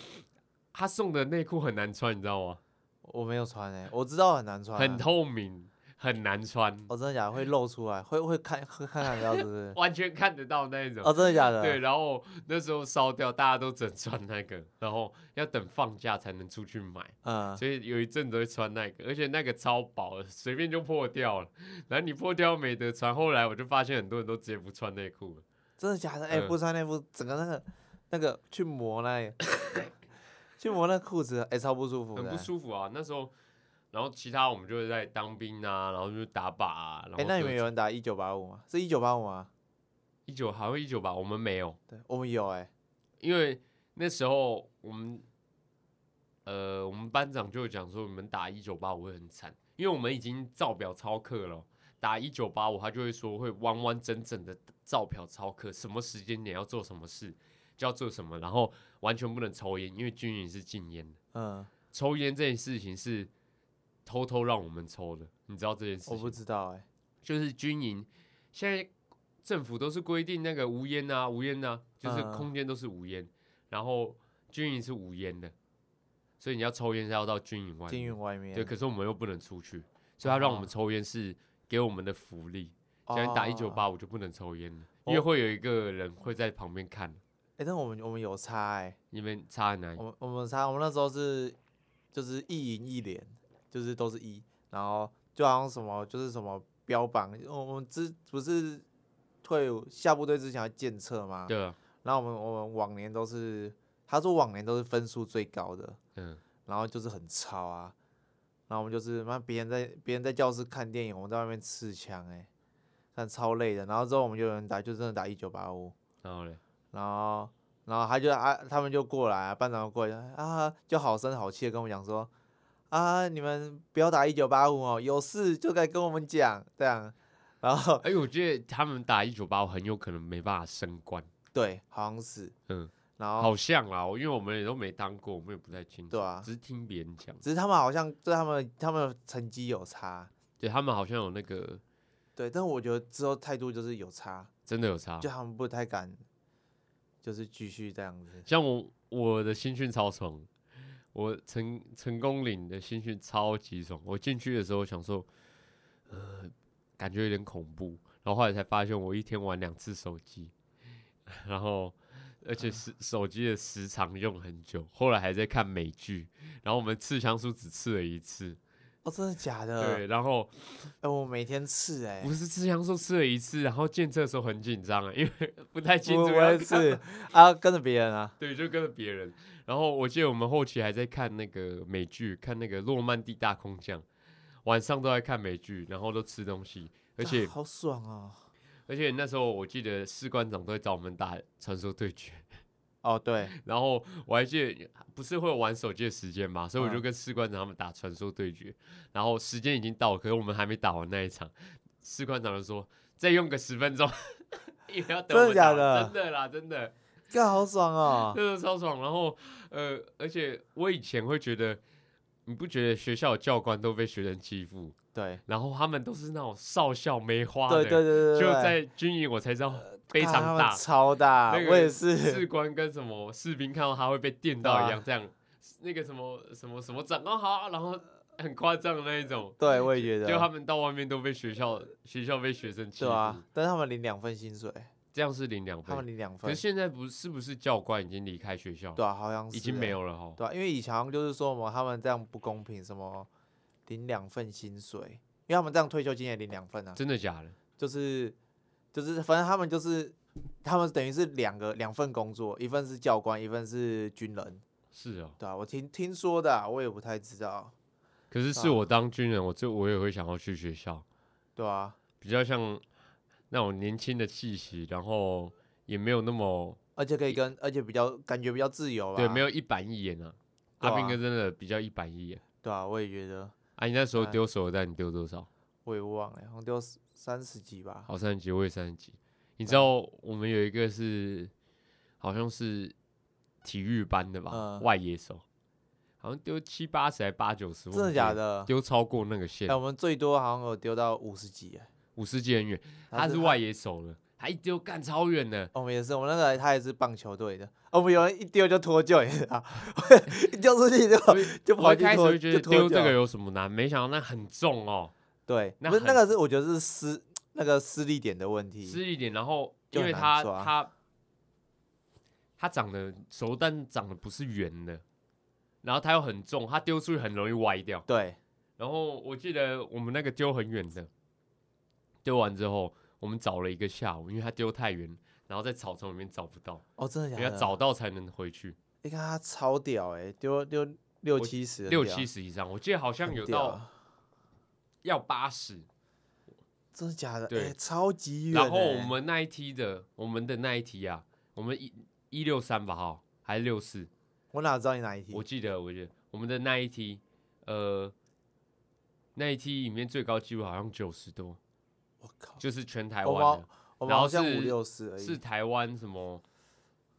[SPEAKER 2] 他送的内裤很难穿，你知道吗？
[SPEAKER 1] 我没有穿哎、我知道很难穿、
[SPEAKER 2] 很。透明，很难穿，
[SPEAKER 1] 哦，真的假
[SPEAKER 2] 嗯
[SPEAKER 1] 的？会露出来，会会看会看看得到是不 是？
[SPEAKER 2] 完全看得到那一种。
[SPEAKER 1] 哦，真的假的？
[SPEAKER 2] 对，，然后那时候烧掉，大家都只能穿那个，然后要等放假才能出去买，
[SPEAKER 1] 嗯，
[SPEAKER 2] 所以有一阵子会穿那个，而且那个超薄的，随便就破掉了。然后你破掉没得穿，后来我就发现很多人都直接不穿内裤了。
[SPEAKER 1] 真的假的？哎、
[SPEAKER 2] 嗯
[SPEAKER 1] 不穿内裤，整个那个那个去磨那 里，去磨那裤子，哎、超不舒服的、
[SPEAKER 2] 很不舒服啊。那时候，然后其他我们就是在当兵啊，然后就打靶、啊，然
[SPEAKER 1] 哎、
[SPEAKER 2] 后
[SPEAKER 1] 那你们有人打一九八五吗？是一九八五吗？
[SPEAKER 2] 一九好像一九吧，我们没有，
[SPEAKER 1] 对，我们有哎、
[SPEAKER 2] 因为那时候我们呃，我们班长就有讲说你们打一九八五会很惨，因为我们已经照表操课了。打一九八五，他就会说会完完整整的照表操课，什么时间点要做什么事，就要做什么，然后完全不能抽烟，因为军营是禁烟的。
[SPEAKER 1] 嗯，
[SPEAKER 2] 抽烟这件事情是偷偷让我们抽的，你知道这件事
[SPEAKER 1] 我
[SPEAKER 2] 情
[SPEAKER 1] 不
[SPEAKER 2] 吗？
[SPEAKER 1] 知道哎、
[SPEAKER 2] 就是军营，现在政府都是规定那个无烟啊，无烟啊，就是
[SPEAKER 1] 嗯
[SPEAKER 2] 空间都是无烟，然后军营是无烟的，所以你要抽烟是要到军营外
[SPEAKER 1] 金
[SPEAKER 2] 面，
[SPEAKER 1] 运外面，
[SPEAKER 2] 对，可是我们又不能出去，所以他让我们抽烟是给我们的福利。
[SPEAKER 1] 哦，
[SPEAKER 2] 既然打一九八，我就不能抽烟了，因为
[SPEAKER 1] 哦
[SPEAKER 2] 会有一个人会在旁边看，
[SPEAKER 1] 哎，但我们我们有差哎，
[SPEAKER 2] 你们差很难
[SPEAKER 1] 我。们我们差，我们那时候是就是一赢一连，就是都是一，然后就好像什么就是什么标榜，我我们之不是退伍下部队之前要检测吗？
[SPEAKER 2] 对啊，
[SPEAKER 1] 然后我们我们往年都是，他说往年都是分数最高的，
[SPEAKER 2] 嗯，
[SPEAKER 1] 然后就是很超啊，然后我们就是妈别人在别人在教室看电影，我们在外面刺枪哎、欸，但超累的。然后之后我们就有人打，就真的打一九八五，
[SPEAKER 2] 然后嘞，
[SPEAKER 1] 然后然后他就啊他们就过来、啊，班长就过来啊，就好声好气的跟我们讲说。啊！你们不要打一九八五哦，有事就该跟我们讲这样。然后
[SPEAKER 2] 哎，我觉得他们打一九八，很有可能没办法升官，
[SPEAKER 1] 对，好像是
[SPEAKER 2] 嗯，
[SPEAKER 1] 然后
[SPEAKER 2] 好像啦，我因为我们也都没当过，我们也不太清楚，
[SPEAKER 1] 对啊
[SPEAKER 2] 只是听别人讲，
[SPEAKER 1] 只是他们好像对他们他们的成绩有差，
[SPEAKER 2] 对他们好像有那个
[SPEAKER 1] 对，但我觉得之后态度就是有差，
[SPEAKER 2] 真的有差
[SPEAKER 1] 就，他们不太敢，就是继续这样子。
[SPEAKER 2] 像我我的新训超爽，我成成功岭的新训超级爽。我进去的时候想说，呃，感觉有点恐怖，然后后来才发现我一天玩两次手机，然后而且
[SPEAKER 1] 嗯
[SPEAKER 2] 时手机的时长用很久，后来还在看美剧，然后我们刺枪术只刺了一次，
[SPEAKER 1] 哦，真的假的？
[SPEAKER 2] 对，然后
[SPEAKER 1] 哎、我每天吃哎、
[SPEAKER 2] 不是刺枪术刺了一次，然后见测的时候很紧张啊，因为 不太清
[SPEAKER 1] 我
[SPEAKER 2] 楚
[SPEAKER 1] 我
[SPEAKER 2] 要
[SPEAKER 1] 也是啊，跟着别人啊，
[SPEAKER 2] 对，就跟着别人。然后我记得我们后期还在看那个美剧，看那个《诺曼底大空降》，晚上都在看美剧，然后都吃东西，而且、
[SPEAKER 1] 啊好爽哦。
[SPEAKER 2] 而且那时候我记得士官长都会找我们打传说对决，
[SPEAKER 1] 哦，对，
[SPEAKER 2] 然后我还记得不是会有玩手机的时间嘛，所以我就
[SPEAKER 1] 嗯
[SPEAKER 2] 跟士官长他们打传说对决，然后时间已经到了，可是我们还没打完那一场，士官长就说再用个十分钟。因为要等
[SPEAKER 1] 真的
[SPEAKER 2] 我们打
[SPEAKER 1] 假的
[SPEAKER 2] 真的啦，真的。
[SPEAKER 1] 干好爽哦。
[SPEAKER 2] 真的超爽。然后，呃，而且我以前会觉得，你不觉得学校的教官都被学生欺负，
[SPEAKER 1] 对，
[SPEAKER 2] 然后他们都是那种少校梅花的，
[SPEAKER 1] 对对对对对，
[SPEAKER 2] 就在军营我才知道非
[SPEAKER 1] 干他
[SPEAKER 2] 常
[SPEAKER 1] 们
[SPEAKER 2] 大，
[SPEAKER 1] 超大，
[SPEAKER 2] 那个
[SPEAKER 1] 啊我也是。啊
[SPEAKER 2] 士官跟什么士兵看到他会被电到一样，这样、那个什么什么什么长官好，啊然后很夸张的那一种。
[SPEAKER 1] 对，我也觉
[SPEAKER 2] 就他
[SPEAKER 1] 得，
[SPEAKER 2] 们到外面都被学校学校被学生欺
[SPEAKER 1] 对
[SPEAKER 2] 负，
[SPEAKER 1] 啊，但是他们领两份薪水，
[SPEAKER 2] 这样是领两
[SPEAKER 1] 他们
[SPEAKER 2] 分。
[SPEAKER 1] 领两
[SPEAKER 2] 可
[SPEAKER 1] 份
[SPEAKER 2] 是，现在不是不是教官已经离开学校，
[SPEAKER 1] 对啊，好像是
[SPEAKER 2] 已经没
[SPEAKER 1] 欸
[SPEAKER 2] 有了哈。
[SPEAKER 1] 对啊，因为以前好像就是说什么他们这样不公平，什么领两份薪水，因为他们这样退休金也领两份啊，
[SPEAKER 2] 真的假的？
[SPEAKER 1] 就是就是反正他们就是他们等于是两个两份工作，一份是教官，一份是军人，
[SPEAKER 2] 是哦，
[SPEAKER 1] 对啊，我听听说的啊、我也不太知道，
[SPEAKER 2] 可是是
[SPEAKER 1] 啊
[SPEAKER 2] 我当军人，我这我也会想要去学校，
[SPEAKER 1] 对啊，
[SPEAKER 2] 比较像那种年轻的气息，然后也没有那么
[SPEAKER 1] 而且可以跟而且比较感觉比较自由啊，
[SPEAKER 2] 对，没有一板一眼啊。
[SPEAKER 1] 对
[SPEAKER 2] 阿兵
[SPEAKER 1] 啊
[SPEAKER 2] 哥真的比较一板一眼。
[SPEAKER 1] 对啊，我也觉得
[SPEAKER 2] 啊，你那时候
[SPEAKER 1] 哎
[SPEAKER 2] 丢手榴弹，你丢多少？
[SPEAKER 1] 我也忘了，好像丢三十几吧，
[SPEAKER 2] 好，三十级，我也三十级。你知
[SPEAKER 1] 对啊
[SPEAKER 2] 道我们有一个是好像是体育班的吧，
[SPEAKER 1] 嗯
[SPEAKER 2] 外野手，好像丢七八十还八九十，
[SPEAKER 1] 真的假？的？
[SPEAKER 2] 丢超过那个
[SPEAKER 1] 哎、
[SPEAKER 2] 线，
[SPEAKER 1] 我们最多好像有丢到五十几哎、
[SPEAKER 2] 五十级很远。他是外野手了，他一丢干超远的。
[SPEAKER 1] 哦 我们也是，我们那个他也是棒球队的，哦我们有人一丢就脱臼，你知道， 一丢出去就
[SPEAKER 2] 所以
[SPEAKER 1] 就
[SPEAKER 2] 我
[SPEAKER 1] 跑
[SPEAKER 2] 一
[SPEAKER 1] 去
[SPEAKER 2] 开始
[SPEAKER 1] 脱
[SPEAKER 2] 会觉
[SPEAKER 1] 就
[SPEAKER 2] 得
[SPEAKER 1] 脱
[SPEAKER 2] 丢这个
[SPEAKER 1] 臼。
[SPEAKER 2] 有什么难，没想到那很重哦，
[SPEAKER 1] 对，
[SPEAKER 2] 那
[SPEAKER 1] 不是那
[SPEAKER 2] 很
[SPEAKER 1] 个是我觉得是失那个失力点的问题。
[SPEAKER 2] 吃一点，然后
[SPEAKER 1] 就
[SPEAKER 2] 因
[SPEAKER 1] 很
[SPEAKER 2] 为
[SPEAKER 1] 难
[SPEAKER 2] 它
[SPEAKER 1] 抓
[SPEAKER 2] 它它长得熟，但长得不是圆的，然后它又很重，它丢出去很容易歪掉。
[SPEAKER 1] 对，
[SPEAKER 2] 然后我记得我们那个丢很远的，丢完之后我们找了一个下午，因为它丢太远，然后在草丛里面找不到，
[SPEAKER 1] 哦，真的
[SPEAKER 2] 你
[SPEAKER 1] 假
[SPEAKER 2] 要
[SPEAKER 1] 的？
[SPEAKER 2] 找到才能回去，
[SPEAKER 1] 你看他超屌哎、丢丢六七十，
[SPEAKER 2] 六七十以上，我记得好像
[SPEAKER 1] 很
[SPEAKER 2] 有
[SPEAKER 1] 屌啊
[SPEAKER 2] 到要八十。
[SPEAKER 1] 真的假的？哎、
[SPEAKER 2] 对
[SPEAKER 1] 超级远、欸。
[SPEAKER 2] 然后我们那一梯的，我们的那一梯啊，我们一一六三吧，哈，还是六四，
[SPEAKER 1] 我哪知道你哪一题
[SPEAKER 2] 我？记得，我记得我们的那一梯，呃，那一梯里面最高纪录好像九十多，
[SPEAKER 1] 哦我靠，
[SPEAKER 2] 就是全台
[SPEAKER 1] 我
[SPEAKER 2] 湾
[SPEAKER 1] 我们
[SPEAKER 2] 然后
[SPEAKER 1] 好像
[SPEAKER 2] 是
[SPEAKER 1] 五六十而
[SPEAKER 2] 的，
[SPEAKER 1] 已。
[SPEAKER 2] 是台湾什么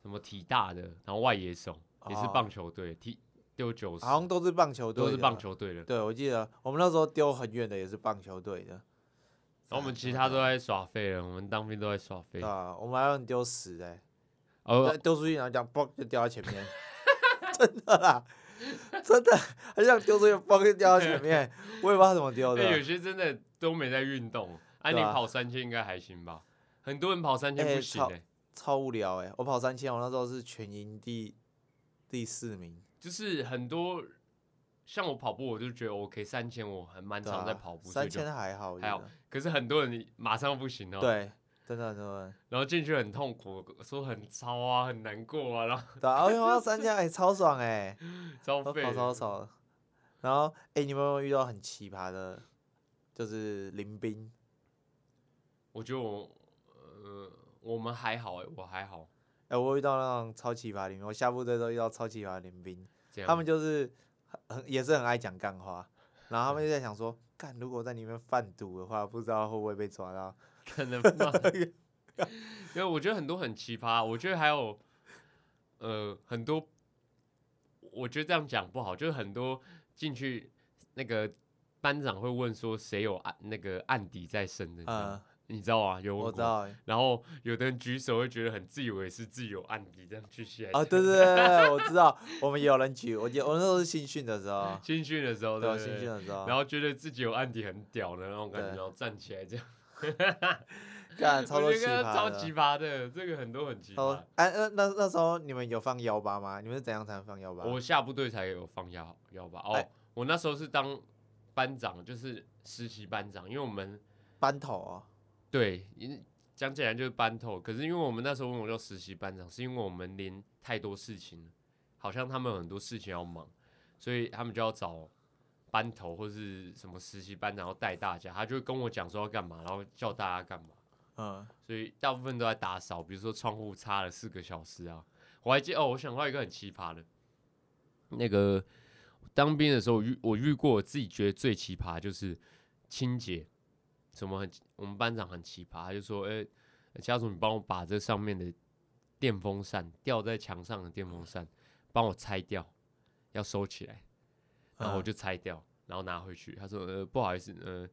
[SPEAKER 2] 什么体大的，然后外野手也是
[SPEAKER 1] 哦
[SPEAKER 2] 棒球队，踢丢九十，
[SPEAKER 1] 好像都是棒球队，
[SPEAKER 2] 都是棒。球队的，
[SPEAKER 1] 对，我记得我们那时候丢很远的也是棒球队的。啊
[SPEAKER 2] 然后我们其他都在耍废了，我们当兵都在耍废
[SPEAKER 1] 对，啊，我们还有人丢屎的欸、
[SPEAKER 2] 呃
[SPEAKER 1] 丢丢出去，然后这样嘣就掉到前面，真的啦，真的很想丢出去，嘣就掉到前面，我也不知道怎么丢的。
[SPEAKER 2] 哎那有些真的都没在运动，啊，
[SPEAKER 1] 啊
[SPEAKER 2] 你
[SPEAKER 1] 对啊
[SPEAKER 2] 跑三千应该还行吧？很多人跑三千
[SPEAKER 1] 哎
[SPEAKER 2] 不行
[SPEAKER 1] 超
[SPEAKER 2] 哎、
[SPEAKER 1] 超无聊哎、我跑三千，我那时候是全营第第四名，
[SPEAKER 2] 就是很多像我跑步，我就觉得 OK，三千我还蛮
[SPEAKER 1] 对
[SPEAKER 2] 常在
[SPEAKER 1] 啊
[SPEAKER 2] 跑步，所
[SPEAKER 1] 三
[SPEAKER 2] 以就
[SPEAKER 1] 千还好，我觉
[SPEAKER 2] 还好
[SPEAKER 1] 得
[SPEAKER 2] 可是很多人马上不行哦，，
[SPEAKER 1] 对，真的真的，
[SPEAKER 2] 然后进去很痛苦，说很超啊，很难过啊，然后
[SPEAKER 1] 对啊，因为我要三千哎、超爽哎、
[SPEAKER 2] 超
[SPEAKER 1] 我
[SPEAKER 2] 废
[SPEAKER 1] 跑
[SPEAKER 2] 的，
[SPEAKER 1] 超少的。然后哎、你们有没有遇到很奇葩的，就是林兵？
[SPEAKER 2] 我觉得我呃我们还好哎、我还好，
[SPEAKER 1] 哎、我有遇到那种超奇葩的林兵，我下部队都遇到超奇葩的林兵，
[SPEAKER 2] 这样
[SPEAKER 1] 他们就是很也是很爱讲干话，然后他们就在想说，干如果在里面贩毒的话，不知道会不会被抓到。
[SPEAKER 2] 可能吧。 因为我觉得很多很奇葩，我觉得还有呃很多，我觉得这样讲不好，就是很多进去那个班长会问说谁有案那个案底在身的，你知道
[SPEAKER 1] 嗯
[SPEAKER 2] 吗，你知道啊？有问
[SPEAKER 1] 我
[SPEAKER 2] 过
[SPEAKER 1] 知道欸、
[SPEAKER 2] 然后有的人举手会觉得很自以为是，自己有案底这样去写，
[SPEAKER 1] 啊，对对对对，我知道，我们也有人举，我记得我那时候是新训的时候
[SPEAKER 2] 新训的时候，
[SPEAKER 1] 对，
[SPEAKER 2] 对
[SPEAKER 1] 我
[SPEAKER 2] 不
[SPEAKER 1] 新训
[SPEAKER 2] 对？
[SPEAKER 1] 的时候，
[SPEAKER 2] 然后觉得自己有案底很屌的那种感觉，
[SPEAKER 1] 对
[SPEAKER 2] 然后站起来这样，
[SPEAKER 1] 干超
[SPEAKER 2] 我
[SPEAKER 1] 多
[SPEAKER 2] 觉
[SPEAKER 1] 奇
[SPEAKER 2] 得
[SPEAKER 1] 葩
[SPEAKER 2] 超奇
[SPEAKER 1] 的。
[SPEAKER 2] 葩的，这个很多很奇
[SPEAKER 1] 他说
[SPEAKER 2] 葩。：“
[SPEAKER 1] 哎、那那那时候你们有放幺八吗？你们是怎样才能放幺八？
[SPEAKER 2] 我下部队才有放腰腰吧？哦
[SPEAKER 1] 哎，
[SPEAKER 2] 我那时候是当班长，就是实习班长，因为我们
[SPEAKER 1] 班头哦，
[SPEAKER 2] 对，因讲起来就是班头，可是因为我们那时候我叫实习班长，是因为我们连太多事情了，好像他们有很多事情要忙，所以他们就要找班头或是什么实习班长要带大家，他就会跟我讲说要干嘛，然后叫大家干嘛。
[SPEAKER 1] 嗯，
[SPEAKER 2] 所以大部分都在打扫，比如说窗户擦了四个小时啊。我还记哦，我想到一个很奇葩的，那个当兵的时候我遇我遇过，我自己觉得最奇葩就是清洁，什么很我们班长很奇葩，他就说：“哎、家属，你帮我把这上面的电风扇吊在墙上的电风扇帮我拆掉，要收起来。”然后我
[SPEAKER 1] 嗯
[SPEAKER 2] 就拆掉，然后拿回去。他说：“呃，不好意思，呃，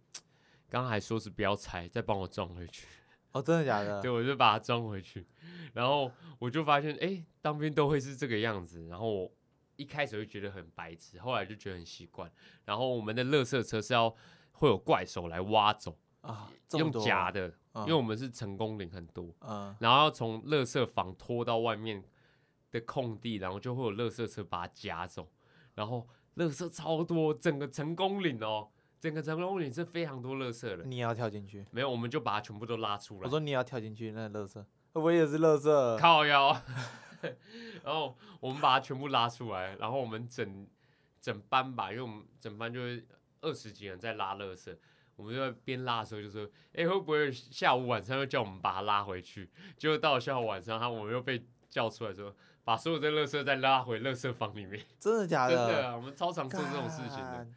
[SPEAKER 2] 刚才说是不要拆，再帮我装回去。”
[SPEAKER 1] 哦，真的假的？
[SPEAKER 2] 对，我就把它装回去，然后我就发现，哎、当兵都会是这个样子。然后我一开始会觉得很白痴，后来就觉得很习惯。然后我们的垃圾车是要会有怪手来挖走，
[SPEAKER 1] 啊，这么
[SPEAKER 2] 用
[SPEAKER 1] 多
[SPEAKER 2] 假
[SPEAKER 1] 啊，
[SPEAKER 2] 的，
[SPEAKER 1] 嗯
[SPEAKER 2] 因为我们是成功岭很多，
[SPEAKER 1] 嗯，
[SPEAKER 2] 然后要从垃圾房拖到外面的空地，然后就会有垃圾车把它夹走，然后垃圾超多，整个成功岭哦，整个成功岭是非常多垃圾的。
[SPEAKER 1] 你也要跳进去。
[SPEAKER 2] 没有，我们就把它全部都拉出来
[SPEAKER 1] 我。说你也要跳进去，那个乐色，我也是乐 色。
[SPEAKER 2] 靠腰，然后我们把它全部拉出来，然后我们整整班吧，因为我们整班就是二十几人在拉垃圾，我们就在边拉的时候就说，哎、会不会下午晚上又叫我们把它拉回去？结果到了下午晚上，他我们又被叫出来说，把所有的垃圾再拉回垃圾房里面。
[SPEAKER 1] 真的假
[SPEAKER 2] 真的
[SPEAKER 1] 的？
[SPEAKER 2] 啊，我们超常做这种事情的。
[SPEAKER 1] 干。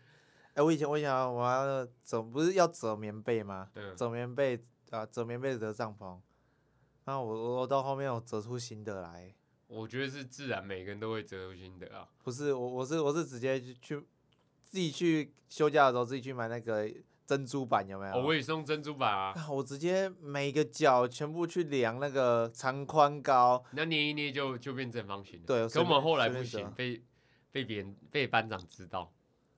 [SPEAKER 1] 哎、我以前我以前啊我要折，不是要折棉被吗？
[SPEAKER 2] 嗯，
[SPEAKER 1] 折棉被啊，折棉被折帐篷。然后我我到后面我折出新的来，
[SPEAKER 2] 我觉得是自然，每个人都会折出心得啊。
[SPEAKER 1] 不是我我是我是直接去去自己去休假的时候自己去买那个珍珠板有没有？
[SPEAKER 2] 哦，我也送珍珠板啊，
[SPEAKER 1] 啊我直接每个角全部去量那个长宽高，
[SPEAKER 2] 那捏一捏就就变正方形了。
[SPEAKER 1] 对
[SPEAKER 2] 可
[SPEAKER 1] 随
[SPEAKER 2] 我们
[SPEAKER 1] 便
[SPEAKER 2] 后来
[SPEAKER 1] 随
[SPEAKER 2] 不
[SPEAKER 1] 便
[SPEAKER 2] 行，
[SPEAKER 1] 折
[SPEAKER 2] 被被别人被班长知道。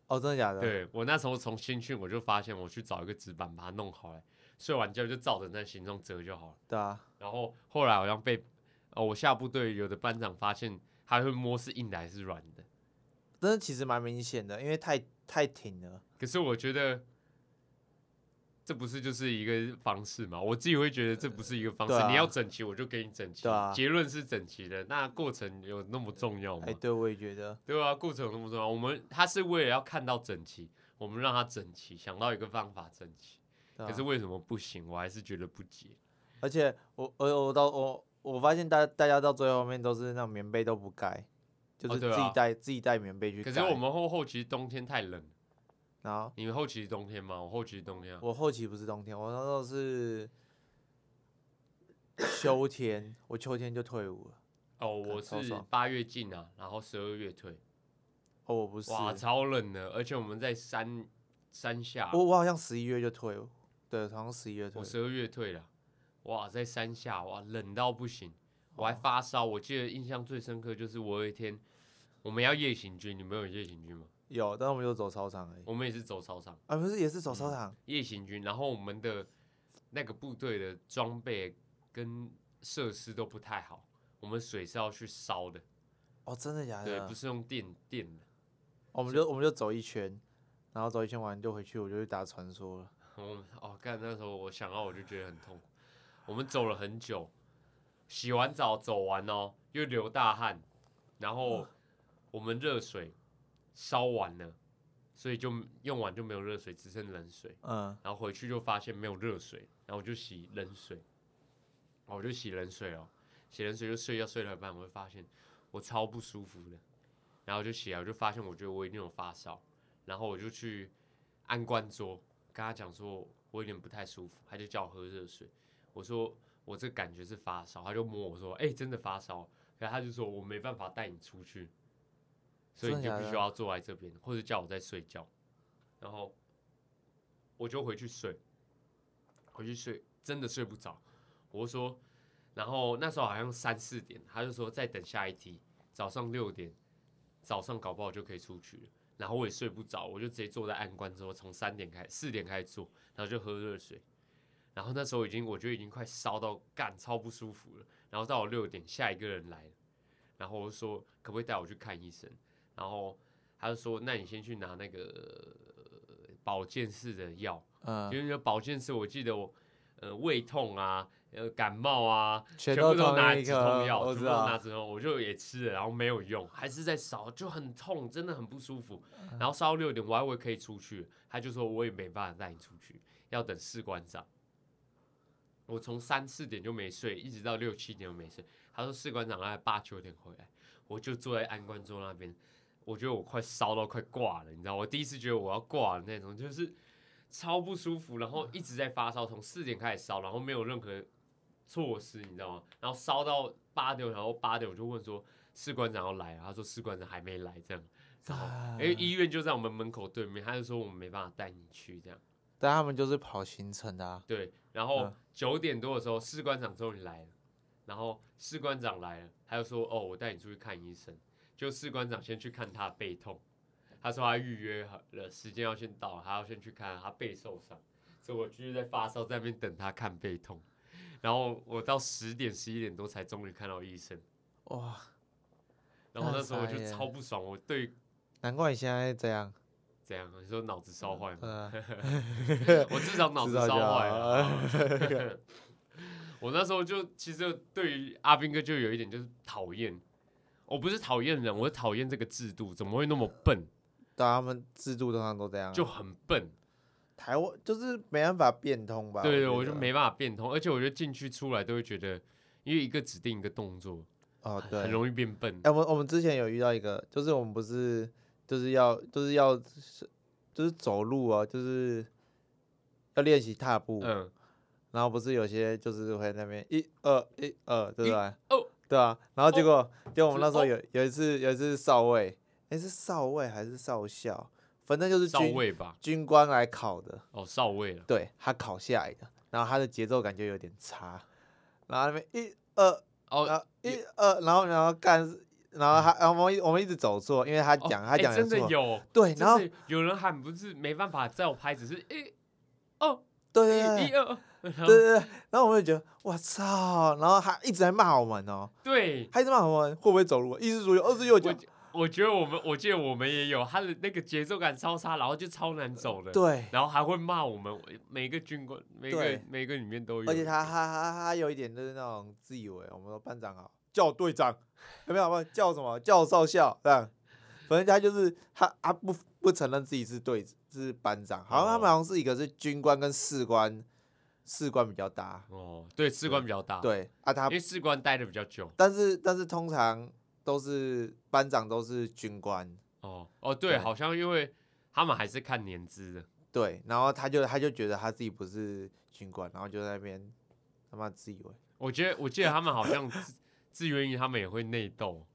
[SPEAKER 1] 哦，真的假的？，
[SPEAKER 2] 对我那时候从新训我就发现，我去找一个纸板把它弄好了，睡完觉就照着那形状折就好了。
[SPEAKER 1] 对啊，
[SPEAKER 2] 然后后来好像被哦，我下部队有的班长发现，还会摸是硬的还是软的。
[SPEAKER 1] 真的其实蛮明显的，因为太太挺了。
[SPEAKER 2] 可是我觉得。这不是就是一个方式嘛？我自己会觉得这不是一个方式。
[SPEAKER 1] 对啊
[SPEAKER 2] 你要整齐，我就给你整齐。
[SPEAKER 1] 对啊
[SPEAKER 2] 结论是整齐的，那过程有那么重要吗？
[SPEAKER 1] 哎、对，我也觉得，
[SPEAKER 2] 对啊，过程有那么重要。我们他是为了要看到整齐，我们让他整齐，想到一个方法整齐。
[SPEAKER 1] 对啊
[SPEAKER 2] 可是为什么不行？我还是觉得不解。
[SPEAKER 1] 而且我我我到我我发现大大家到最后面都是那种棉被都不盖，就
[SPEAKER 2] 哦
[SPEAKER 1] 是
[SPEAKER 2] 对
[SPEAKER 1] 自己
[SPEAKER 2] 啊
[SPEAKER 1] 带、自己带棉被去
[SPEAKER 2] 可
[SPEAKER 1] 盖。
[SPEAKER 2] 是我们后后期冬天太冷，
[SPEAKER 1] 然后
[SPEAKER 2] 你们后期冬天吗？我后期冬天、啊，
[SPEAKER 1] 我后期不是冬天，我那时候是秋天，我秋天就退伍了。
[SPEAKER 2] 哦，我
[SPEAKER 1] 超
[SPEAKER 2] 是
[SPEAKER 1] 爽
[SPEAKER 2] 八月进啊，然后十二月退，
[SPEAKER 1] 哦，我不是，
[SPEAKER 2] 哇，超冷的，而且我们在山山下，
[SPEAKER 1] 我我好像十一月就退伍，对，好像十一月退
[SPEAKER 2] 我
[SPEAKER 1] 伍。
[SPEAKER 2] 十二月退了，哇，在山下，哇，冷到不行，我还
[SPEAKER 1] 哦
[SPEAKER 2] 发烧。我记得印象最深刻就是我有一天我们要夜行军，你们有夜行军吗？
[SPEAKER 1] 有，但我们就走操场而已。
[SPEAKER 2] 我嗯们也是走操场
[SPEAKER 1] 啊，不是，也是走操场。
[SPEAKER 2] 夜行军，然后我们的那个部队的装备跟设施都不太好，我们水是要去烧的，
[SPEAKER 1] 哦，真的假
[SPEAKER 2] 对，
[SPEAKER 1] 的
[SPEAKER 2] 不？是用电电的，
[SPEAKER 1] 我们就我们就走一圈，然后走一圈完就回去，我就去打传说了。
[SPEAKER 2] 我们哦，干那时候我想到我就觉得很痛苦。我们走了很久，洗完澡走完哦，又流大汗，然后我们热水烧完了，所以就用完就没有热水，只剩冷水。
[SPEAKER 1] 嗯，
[SPEAKER 2] 然后回去就发现没有热水，然后我就洗冷水，然后我就洗冷水哦，洗冷水就睡觉睡到一半，我就发现我超不舒服的，然后我就起来，我就发现我觉得我一定有发烧，然后我就去安官桌跟他讲说我有点不太舒服，他就叫我喝热水，我说我这感觉是发烧，他就摸我说哎、真的发烧，可他就说我没办法带你出去，所以你
[SPEAKER 1] 真
[SPEAKER 2] 就
[SPEAKER 1] 的假
[SPEAKER 2] 必须
[SPEAKER 1] 的
[SPEAKER 2] 要坐在这边，或者叫我在睡觉，然后我就回去睡，回去睡，真的睡不着。我就说，然后那时候好像三四点，他就说再等下一题，早上六点，早上搞不好就可以出去了。然后我也睡不着，我就直接坐在暗关之后，从三点开四点开始坐，然后就喝热水。然后那时候已经，我觉得已经快烧到干，超不舒服了。然后到了六点，下一个人来了，然后我就说可不可以带我去看医生？然后他就说，那你先去拿那个呃保健室的药，
[SPEAKER 1] 嗯，
[SPEAKER 2] 因为那保健室，我记得我呃胃痛啊，呃感冒啊，
[SPEAKER 1] 全
[SPEAKER 2] 部
[SPEAKER 1] 都
[SPEAKER 2] 都
[SPEAKER 1] 同
[SPEAKER 2] 拿
[SPEAKER 1] 一
[SPEAKER 2] 止
[SPEAKER 1] 个
[SPEAKER 2] 痛药，
[SPEAKER 1] 我
[SPEAKER 2] 全
[SPEAKER 1] 知
[SPEAKER 2] 部都
[SPEAKER 1] 道。
[SPEAKER 2] 拿止痛，我就也吃了，然后没有用，还是在烧，就很痛，真的很不舒服。
[SPEAKER 1] 嗯
[SPEAKER 2] 然后烧到六点，我还以为可以出去，他就说我也没办法带你出去，要等士官长。我从三四点就没睡，一直到六七点都没睡。他说士官长大概八九点回来，我就坐在安官桌那边，我觉得我快烧到快挂了，你知道，我第一次觉得我要挂了那种，就是超不舒服，然后一直在发烧，从四点开始烧，然后没有任何措施，你知道吗？然后烧到八点，然后八点我就问说士官长要来啊，他说士官长还没来，这样，然后因为医院就在我们门口对面，他就说我们没办法带你去这样。
[SPEAKER 1] 但他们就是跑行程的、啊，
[SPEAKER 2] 对，然后
[SPEAKER 1] 嗯
[SPEAKER 2] 九点多的时候，士官长终于来了，然后士官长来了，他就说：“哦，我带你出去看医生。”就士官长先去看他的背痛，他说他预约好了，时间要先到了，他要先去看他背受伤，所以我继续在发烧，在那边等他看背痛。然后我到十点十一点多才终于看到医生，
[SPEAKER 1] 哇，
[SPEAKER 2] 然后那时候我就
[SPEAKER 1] 那很傻眼
[SPEAKER 2] 超不爽，我对
[SPEAKER 1] 难怪你现在这样。
[SPEAKER 2] 怎样你说脑子烧坏吗？
[SPEAKER 1] 嗯、
[SPEAKER 2] 我至少脑子
[SPEAKER 1] 知道
[SPEAKER 2] 烧
[SPEAKER 1] 就好
[SPEAKER 2] 坏了。 我那时候就其实对于阿兵哥就有一点就是讨厌，我不是讨厌人，我是讨厌这个制度怎么会那么笨，
[SPEAKER 1] 对啊，他们制度通常都这样啊，
[SPEAKER 2] 就很笨。
[SPEAKER 1] 台湾就是没办法变通吧？
[SPEAKER 2] 对对，
[SPEAKER 1] 觉
[SPEAKER 2] 我就
[SPEAKER 1] 得哦
[SPEAKER 2] 没办法变通，而且我觉得进去出来都会觉得，因为一个指定一个动作，
[SPEAKER 1] 哦，对，
[SPEAKER 2] 很容易变笨。
[SPEAKER 1] 哎、我们我们之前有遇到一个，就是我们不是就是要就是要就是走路啊，就是要练习踏步，
[SPEAKER 2] 嗯，
[SPEAKER 1] 然后不是有些就是会那边一二一二，对不
[SPEAKER 2] 一
[SPEAKER 1] 对？
[SPEAKER 2] 哦，
[SPEAKER 1] 对啊，然后结果结果我们
[SPEAKER 2] 是
[SPEAKER 1] 那时候
[SPEAKER 2] 哦
[SPEAKER 1] 有有一次有一次是少尉，哎、是少尉还是少校？反正就是
[SPEAKER 2] 少
[SPEAKER 1] 军
[SPEAKER 2] 尉吧，
[SPEAKER 1] 军官来考的，
[SPEAKER 2] 哦，少尉了，
[SPEAKER 1] 对他考下来的，然后他的节奏感觉有点差，然后那边一二然
[SPEAKER 2] 哦，
[SPEAKER 1] 后一二，然后然后干是，然后他然后我们一我们一直走错，因为他
[SPEAKER 2] 哦
[SPEAKER 1] 讲、他
[SPEAKER 2] 哎
[SPEAKER 1] 讲
[SPEAKER 2] 真的
[SPEAKER 1] 错，
[SPEAKER 2] 有，
[SPEAKER 1] 对，
[SPEAKER 2] 真
[SPEAKER 1] 然后
[SPEAKER 2] 的有人喊不是没办法照拍，只是一哦
[SPEAKER 1] 对对对
[SPEAKER 2] 一一二，然
[SPEAKER 1] 对
[SPEAKER 2] 后
[SPEAKER 1] 对对，然后我们就觉得我操，然后他一直在骂我们哦，
[SPEAKER 2] 对，
[SPEAKER 1] 他一直骂我们会不会走路啊，一只左右，二只右脚
[SPEAKER 2] 我，觉我觉得我们，我记得我们也有他的那个节奏感超差，然后就超难走的，，
[SPEAKER 1] 对，
[SPEAKER 2] 然后还会骂我们，每个军官，每个
[SPEAKER 1] 对
[SPEAKER 2] 每个里面都有，
[SPEAKER 1] 而且他他他他有一点就是那种自以为，我们说班长好，叫我队长，有没有？有没有叫什么？叫我少校这样。反正他就是他，他不不承认自己是队是班长，好像他们
[SPEAKER 2] 哦
[SPEAKER 1] 好像是一个是军官跟士官，士官比较大，
[SPEAKER 2] 哦，对，士官比较大，，
[SPEAKER 1] 对啊，他
[SPEAKER 2] 因为士官待的比较久，
[SPEAKER 1] 但是但是通常都是班长都是军官，
[SPEAKER 2] 哦哦，对，
[SPEAKER 1] 对
[SPEAKER 2] 好像因为他们还是看年资的，
[SPEAKER 1] 对，然后他就他就觉得他自己不是军官，然后就在那边他妈自以为
[SPEAKER 2] 我觉得我记得他们好像自自愿意，他们也会内 斗，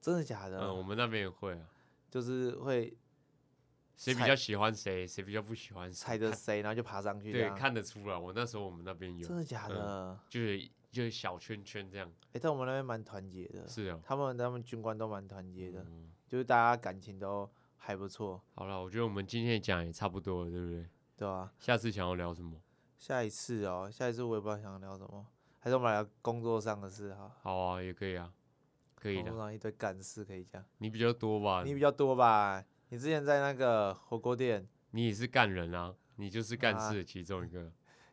[SPEAKER 1] 真的假的，
[SPEAKER 2] 嗯，我们那边也会啊，
[SPEAKER 1] 就是会
[SPEAKER 2] 谁比
[SPEAKER 1] 踩
[SPEAKER 2] 较喜欢谁，谁比较不喜欢谁，
[SPEAKER 1] 踩着谁，然后就爬上去这
[SPEAKER 2] 对，
[SPEAKER 1] 样，
[SPEAKER 2] 看得出来，我那时候我们那边有
[SPEAKER 1] 真，的假
[SPEAKER 2] 嗯
[SPEAKER 1] 的？
[SPEAKER 2] 就是就是小圈圈这样，
[SPEAKER 1] 哎、但我们那边蛮团结的，
[SPEAKER 2] 是哦，
[SPEAKER 1] 他们他们军官都蛮团结的，
[SPEAKER 2] 嗯
[SPEAKER 1] 就是大家感情都还不错，
[SPEAKER 2] 好了，我觉得我们今天讲也差不多了，对不对？
[SPEAKER 1] 对吧、
[SPEAKER 2] 下次想要聊什么？
[SPEAKER 1] 下一次哦，下一次我也不知道想聊什么，还是我们来聊工作上的事哈。
[SPEAKER 2] 好啊，也可以啊，可以
[SPEAKER 1] 工作
[SPEAKER 2] 的。
[SPEAKER 1] 上一堆干事可以讲，
[SPEAKER 2] 你比较多吧？
[SPEAKER 1] 你比
[SPEAKER 2] 你
[SPEAKER 1] 较多吧？你之前在那个火锅店，
[SPEAKER 2] 也是干人啊，你就是干
[SPEAKER 1] 啊
[SPEAKER 2] 事的其中一个。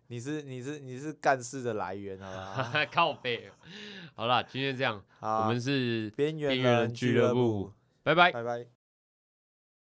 [SPEAKER 1] 你是你是你是干事的来源，好 吧？
[SPEAKER 2] 靠背。好啦，今天这样，
[SPEAKER 1] 啊好，啊
[SPEAKER 2] 我们是
[SPEAKER 1] 边缘
[SPEAKER 2] 边缘人
[SPEAKER 1] 人
[SPEAKER 2] 俱
[SPEAKER 1] 俱
[SPEAKER 2] 乐
[SPEAKER 1] 乐
[SPEAKER 2] 部
[SPEAKER 1] 部，
[SPEAKER 2] 拜拜。
[SPEAKER 1] 拜拜。